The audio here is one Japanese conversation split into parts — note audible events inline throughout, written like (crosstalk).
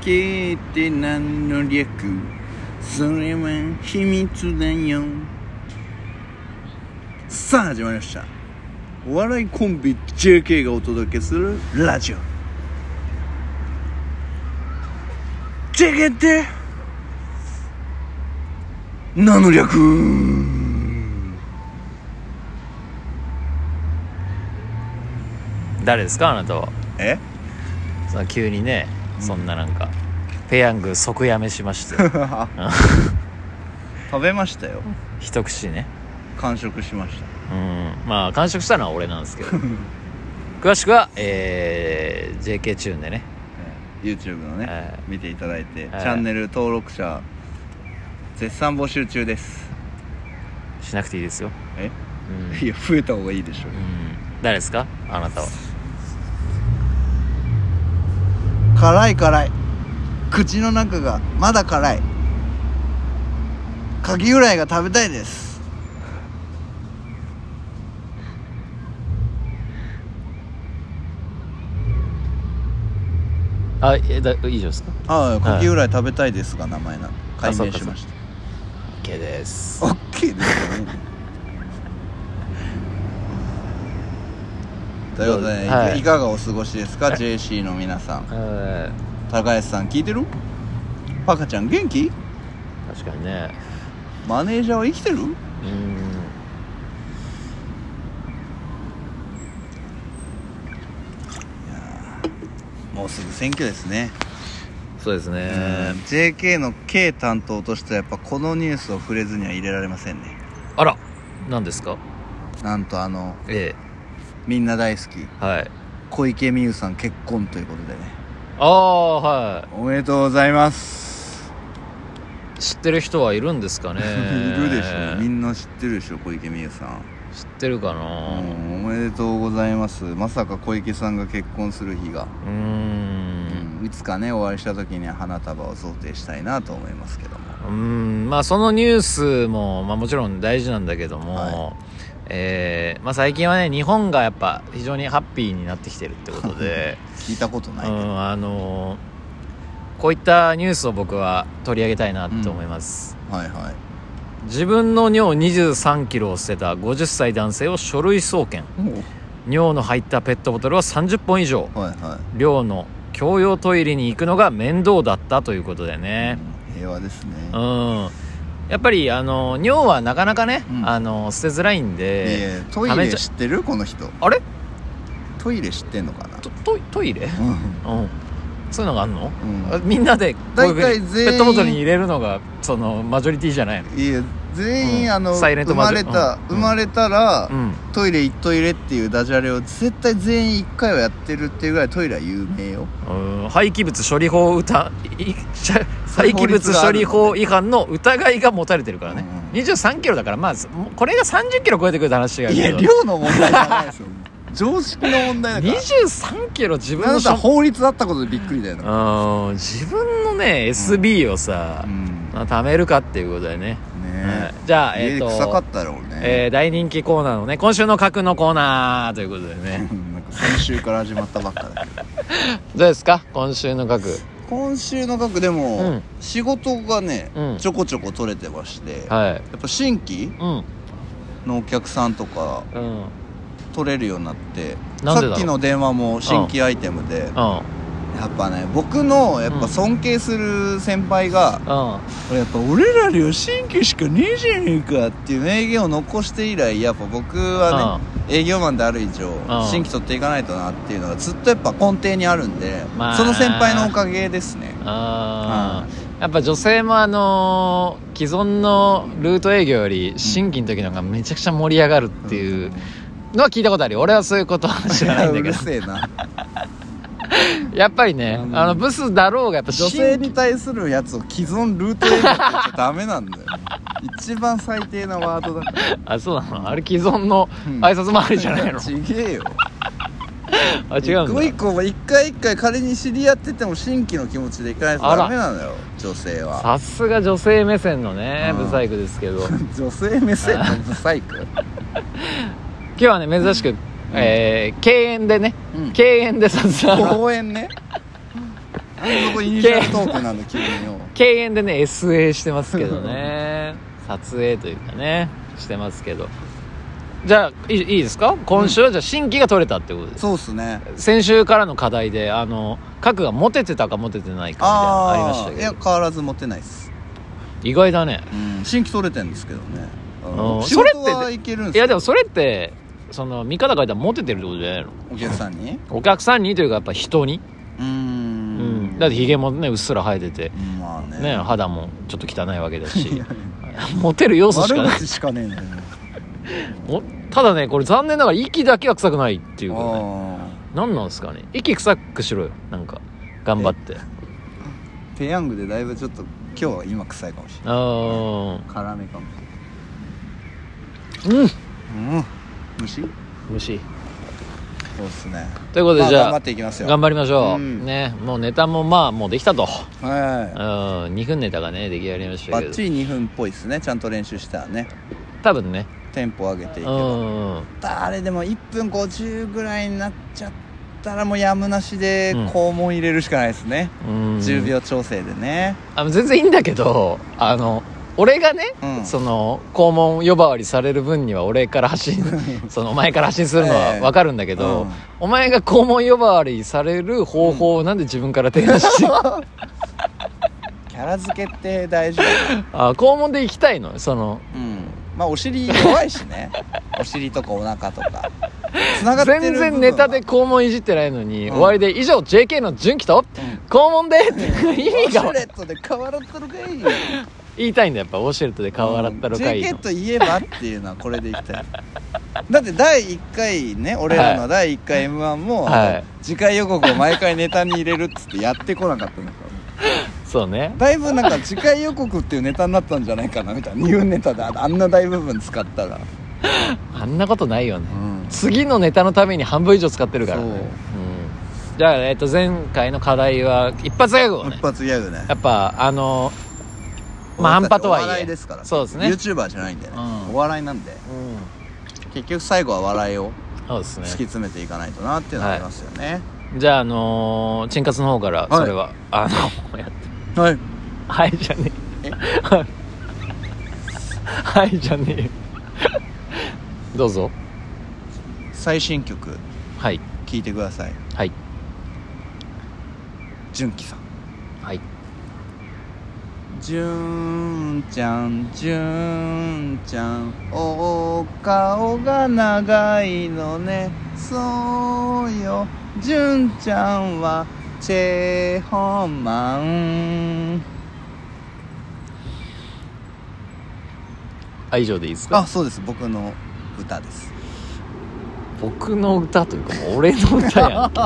JK って何の略それは秘密だよさあ始まりましたお笑いコンビ JK がお届けするラジオ JK って何の略誰ですかあなたはえその急にねそんななんか、ペヤング即やめしまして (laughs) 食べましたよ一口ね完食しましたうんまあ完食したのは俺なんですけ (laughs) ど詳しくはえー、JK チューンでね YouTube のね、は見ていただいて、はいチャンネル登録者絶賛募集中ですしなくていいですよえうん、いや増えた方がいいでしょうん誰ですかあなたは辛い辛い口の中がまだ辛いカキフライが食べたいですあえだ以上ですかああカカキキフフライ食べたいですが名前な解解明明ししまましした OK ですオッケーですよねと (laughs) いうことで、いかはいいかがお過ごしですか JC の皆さんえ高橋さん聞いてるパカちゃん元気ー、確かにねマネージャーは生きてるうんもうすぐ選挙ですね、そうですねうん JK の K 担当としてはやっぱこのニュースを触れずには入れられませんねあら何ですかなんとあのえみんな大好きえはい小池美優さん結婚ということでねああはいおめでとうございます、知ってる人はいるんですか (laughs) ねいるでしょみんな知ってるでしょ小池美優さん、知ってるうかなうんおめでとうございますまさか小池さんが結婚する日が、ーんうんいつかねお会いした時に花束を贈呈したいなと思いますけどもうーんまあそのニュースも、まあ、もちろん大事なんだけども、はえーまあ、最近はね日本がやっぱ非常にハッピーになってきてるってこと (laughs) で、聞いたことうないけど、んあのーこういったニュースを僕は取り上げたいなと思います、はいはい自分の尿2 3キロを捨てた50歳男性を書類送検尿の入ったペットボトルは30本以上はいは寮の共用トイレに行くのが面倒だったということでい、ね、うん平和ですねうん、やっぱりあの尿はなかなかね、うんあの捨てづらいんいでやトイためレちゃ知ってるこの人あれトイレ知ってんのかなトトイトイレ、うんうん、そういうのがあんの、うんあみんなでこういうふう大体に全員ペットボトルに入れるのがそのマジョリティじゃないのいや全員、うんあのサイレント生マまジョれた、う生んまれたら、うんトイレ行っといれっていうダジャレを絶対全員一回はやってるっていうぐらいトイレは有名ようん廃棄物処理法歌いいしゃ廃棄物処理法律があるの法違反の疑いが持たれてるからね、うん2 3キロだからまあもうこれが3 0キロ超えてくると話がいや量の問題じゃない (laughs) ですよ常識の問題だから23キロ自分あのなシャたン法律だったことでびっくりだよなうん自分のね SB をさう、んねまあ貯めるかっていうことだよね、えはいじゃあえ家でっ、と臭かったろうね、えー大人気コーナーのね今週の格のコーナーということでね (laughs) なんか先週から始まったばっかだけどどうですか今週の格今週の額でも、うん仕事がね、うんちょこちょこ取れてまして、やはいっぱ新規うんのお客さんとかうん取れるようになってなんでだろうさっきの電話も新規アイテムで、うんやっぱね僕のやっうんぱ尊敬する先輩がう「んやっぱ俺らより新規しかねえじゃねえか」っていう名言を残して以来やっぱ僕はね営業マンである以上ん新規取っていかないとなっていうのがずっとやっぱ根底にあるんで、まあその先輩のおかげですねあーやっぱ女性もあのー既存のルート営業より新規の時の方がめちゃくちゃ盛り上がるっていうのは聞いたことあるよ俺はそういうことは知らないんだ (laughs) うけるどせえなやっぱりね、うんあのブスだろうがやっぱ女新性に対するやつを既存ルート営業って言っちゃダメなんだよ一番最低なワードだからあそうなのあれ既存のうん挨拶回りじゃないの、ちげえよあ違う一んだ個一個も一回一回仮に知り合ってても新規の気持ちでいかないとあらダメなんだよ女性はさすが女性目線のねうんブサイクですけど今女性目線のブサイク日はね珍しく、えー敬遠でね、うん (laughs) 敬遠でさすがの公園ねなんでそこイニシャルトークなんだ急によ敬遠でね SA してますけどね撮影というかねしてますけどじゃあいいいいですか今週はじゃあ新規が取れたってことです、そうっすね先週からの課題であの核がモテてたかモテてないかみたいなのありましあたあーいけやど変わらず持ってないっす、意外だねうん、新規取れてんですけどねううんん仕事それっはていけるんすいよやでもそれってその見方変えたらモテてるってことじゃないのお客さんにお客さんにというかやっぱ人に、うーうんんだってヒゲもねうっすら生えてて、まあねね、肌もちょっと汚いわけだいしやモテる要素しか悪ない口しかねえんだよねおただねこれ残念ながら息だけは臭くないっていうことねあ何なんですかね息臭くしろよなんか頑張ってーペヤングでだいぶちょっと今日は今臭いかもしれあーない辛めかもしれうんないうん虫虫そうっすねということでまあじゃあ、頑張っていきますよ頑張りましょう、うんねもうネタもまあもうできたとうんは2分ネタがね出来上がりましいたバけッどチリ2分っぽいっすねちゃんと練習したらね多分ねテンポ上げていうんけばあれでも1分50ぐらいになっちゃったらもうやむなしでうん肛門入れるしかないですね、うん10秒調整でねあの全然いいんだけどあの俺がね、うんその肛門呼ばわりされる分には俺から (laughs) 発信そのお前から発信するのはええ分かるんだけど、うんお前が肛門呼ばわりされる方法をなんで自分から提 (laughs) 案して、キャラ付けって大事だよねあ肛門で行きたいのそのうんまあお尻弱いし (laughs) ねお尻とかお腹とかつながってる全部分は然ネタで肛門いじってないのに、うん終わりで以上 JK の純喜と、肛門でって意味ウォがシュレットで顔洗ったのかい言いたいんだやっぱウォシュレットで顔洗ったろかいい JK の、といえばっていうのはこれでいきたいだって第1回ね俺らの第1回 m 1も、はい次回予告を毎回ネタに入れるっつってやってこなかったんだからそうねだいぶなんか次回予告っていうネタになったんじゃないかなみたいなニューネタでああんな大部分使ったらあんなことないよね、うん次のネタのために半分以上使ってるからね、そううんじゃあ、えっと、前回の課題は一発ギャグをね一発ギャグねやっぱあのまあ半俺たち端とはいえお笑いですからそうですね YouTuber じゃないんでね、うんお笑いなんでうん結局最後は笑いをそうです突ねき詰めていかないとなっていうのはありますよねじゃああのー、チンカツの方からはいそれは、あのやってはい、はいじゃねええ (laughs) はいじゃねえよどうぞ最新曲はい聴いてくださいはい純喜さんはいじゅんちゃんじゅんちゃんお顔が長いのねそうよじゅんちゃんはチェホンマンあ以上でいいですかあそうです僕の歌です僕の歌というかもう俺の歌やんけ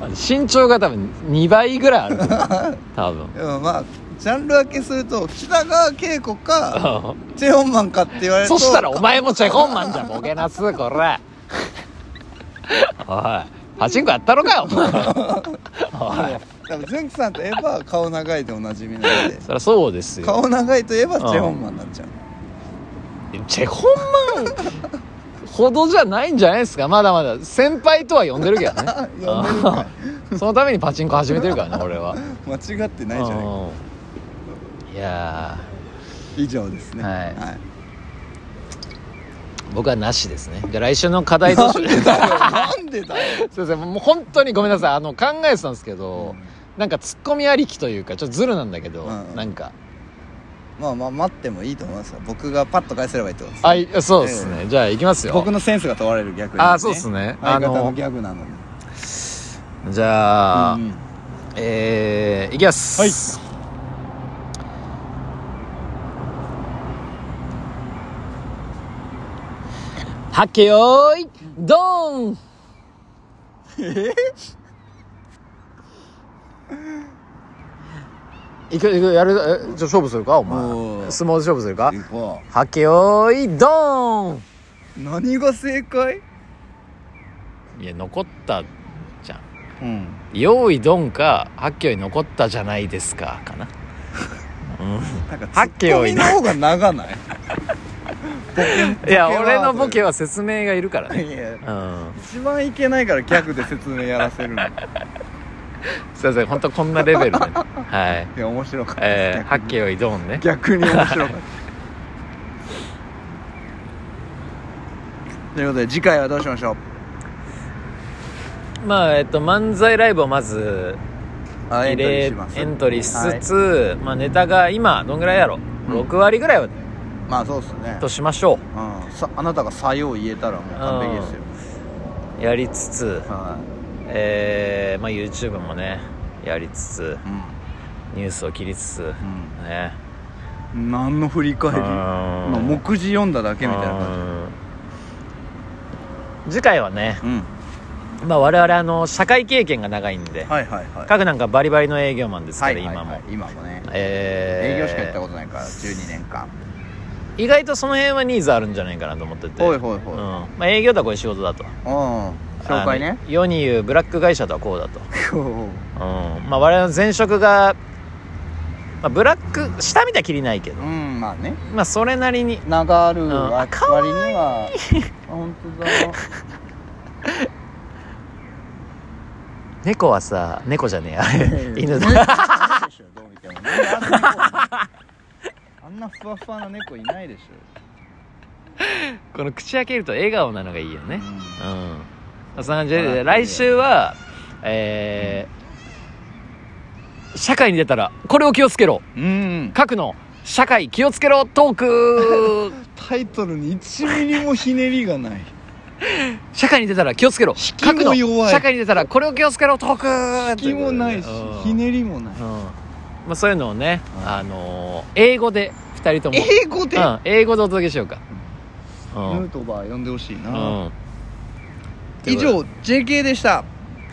あの身長が多分2倍ぐらいあると思う (laughs) 多分でもまあジャンル分けすると北川景子かあチェホンマンかって言われるとそしたらお前もチェコンマンじゃんボケなすこらおいパチンコやったろかよお前おい多分純喜さんといえば顔長いでおなじみなので (laughs) そりゃそうですよ顔長いといえばチェホンマンになっちゃうチェホンマンほどじゃないんじゃないですかまだまだ先輩とは呼んでるけどね (laughs) 呼んでるかうん (laughs) そのためにパチンコ始めてるからね俺は間違ってないじゃないかうんいや以上ですねはいー僕はなしですねじゃあ来週の課題どうし (laughs) ようすいなんでだよ (laughs) ませんもう本当にごめんなさいあの考えてたんですけど、なんかツッコミありきというかちょっとズルなんだけど、うんなんかまあまあ待ってもいいと思いますよ僕がパッと返せればいいってことですあいそうですね、じゃあ行きますよ僕のセンスが問われる逆に、あーそうっすね相方あののギャグなのにじゃあ、うんうんえー、いきますはいはっけよーいドーンえいくいくやるえじゃあ勝負するかおお前ー相撲で勝負するか行こはっけよーいドーンう何が正解いや残ったじゃうんん用意ドンかはっけよい残ったじゃないですかかななんかツはっけッよコいミなの方が長ないケいや俺のボケは説明がいるからいねやうん一番いけないからギャグで説明やらせるのいすいません本当こんなレベルでねはいや面白かったです、え (laughs) ー、ハッケよいドーンね逆に面白かったということで次回はどうしましょうまあえっと漫才ライブをまずあ入れエントリーしつつ、まあ、ネタが今どんぐらいやろ、うん6割ぐらいははいまあそうっすねとしましょうん、さあなたが「さよ」を言えたらもう完璧ですよ、うやりつつ、はえーまあ、YouTube もねやりつついうんニュースを切りつつ、ねうん、何の振り返りうんまあ目次読んだだけみたいな感うん次回はね、じうんまあ、我々あの社会経験が長いんで、はいはいはい家具なんかバリバリの営業マンですかはら、いはいはい今も、今もね、えー営業しかやったことないから12年間意外とその辺はニーズあるんじゃないかなと思っててほいほいほいうんまあ、営業とはこういう仕事だとうん紹介ねあの世に言うブラック会社とはこうだと、こうんまあ、我々の前職が、まあ、ブラック下見たらきりないけうど、うんまあねまあ、それなりに長るうんわあかわ割にはあ本当だ猫はさ猫じゃねえや (laughs) ね犬だいないでしょどう見てもなんであんな猫あんなふわふわな猫いないでしこの口開けると笑顔なのがいいよょ、ねうん、うんまあ、そんな感じ笑ってでる来週はえー社会に出たらこれを気をつけろうん、書くの社会気をつけろト (laughs) ークタイトルに1ミリもひねりがない社会に出たら気をつけろ書きくもの弱い社会に出たらこれを気をつけろトーク気もないしひねりもないりまあ、そういうのをね、うんあのー英語で2人とも、英語で、うん、英語でお届けしようか、うんヌートバー呼んでほしいな、うん以上 JK でした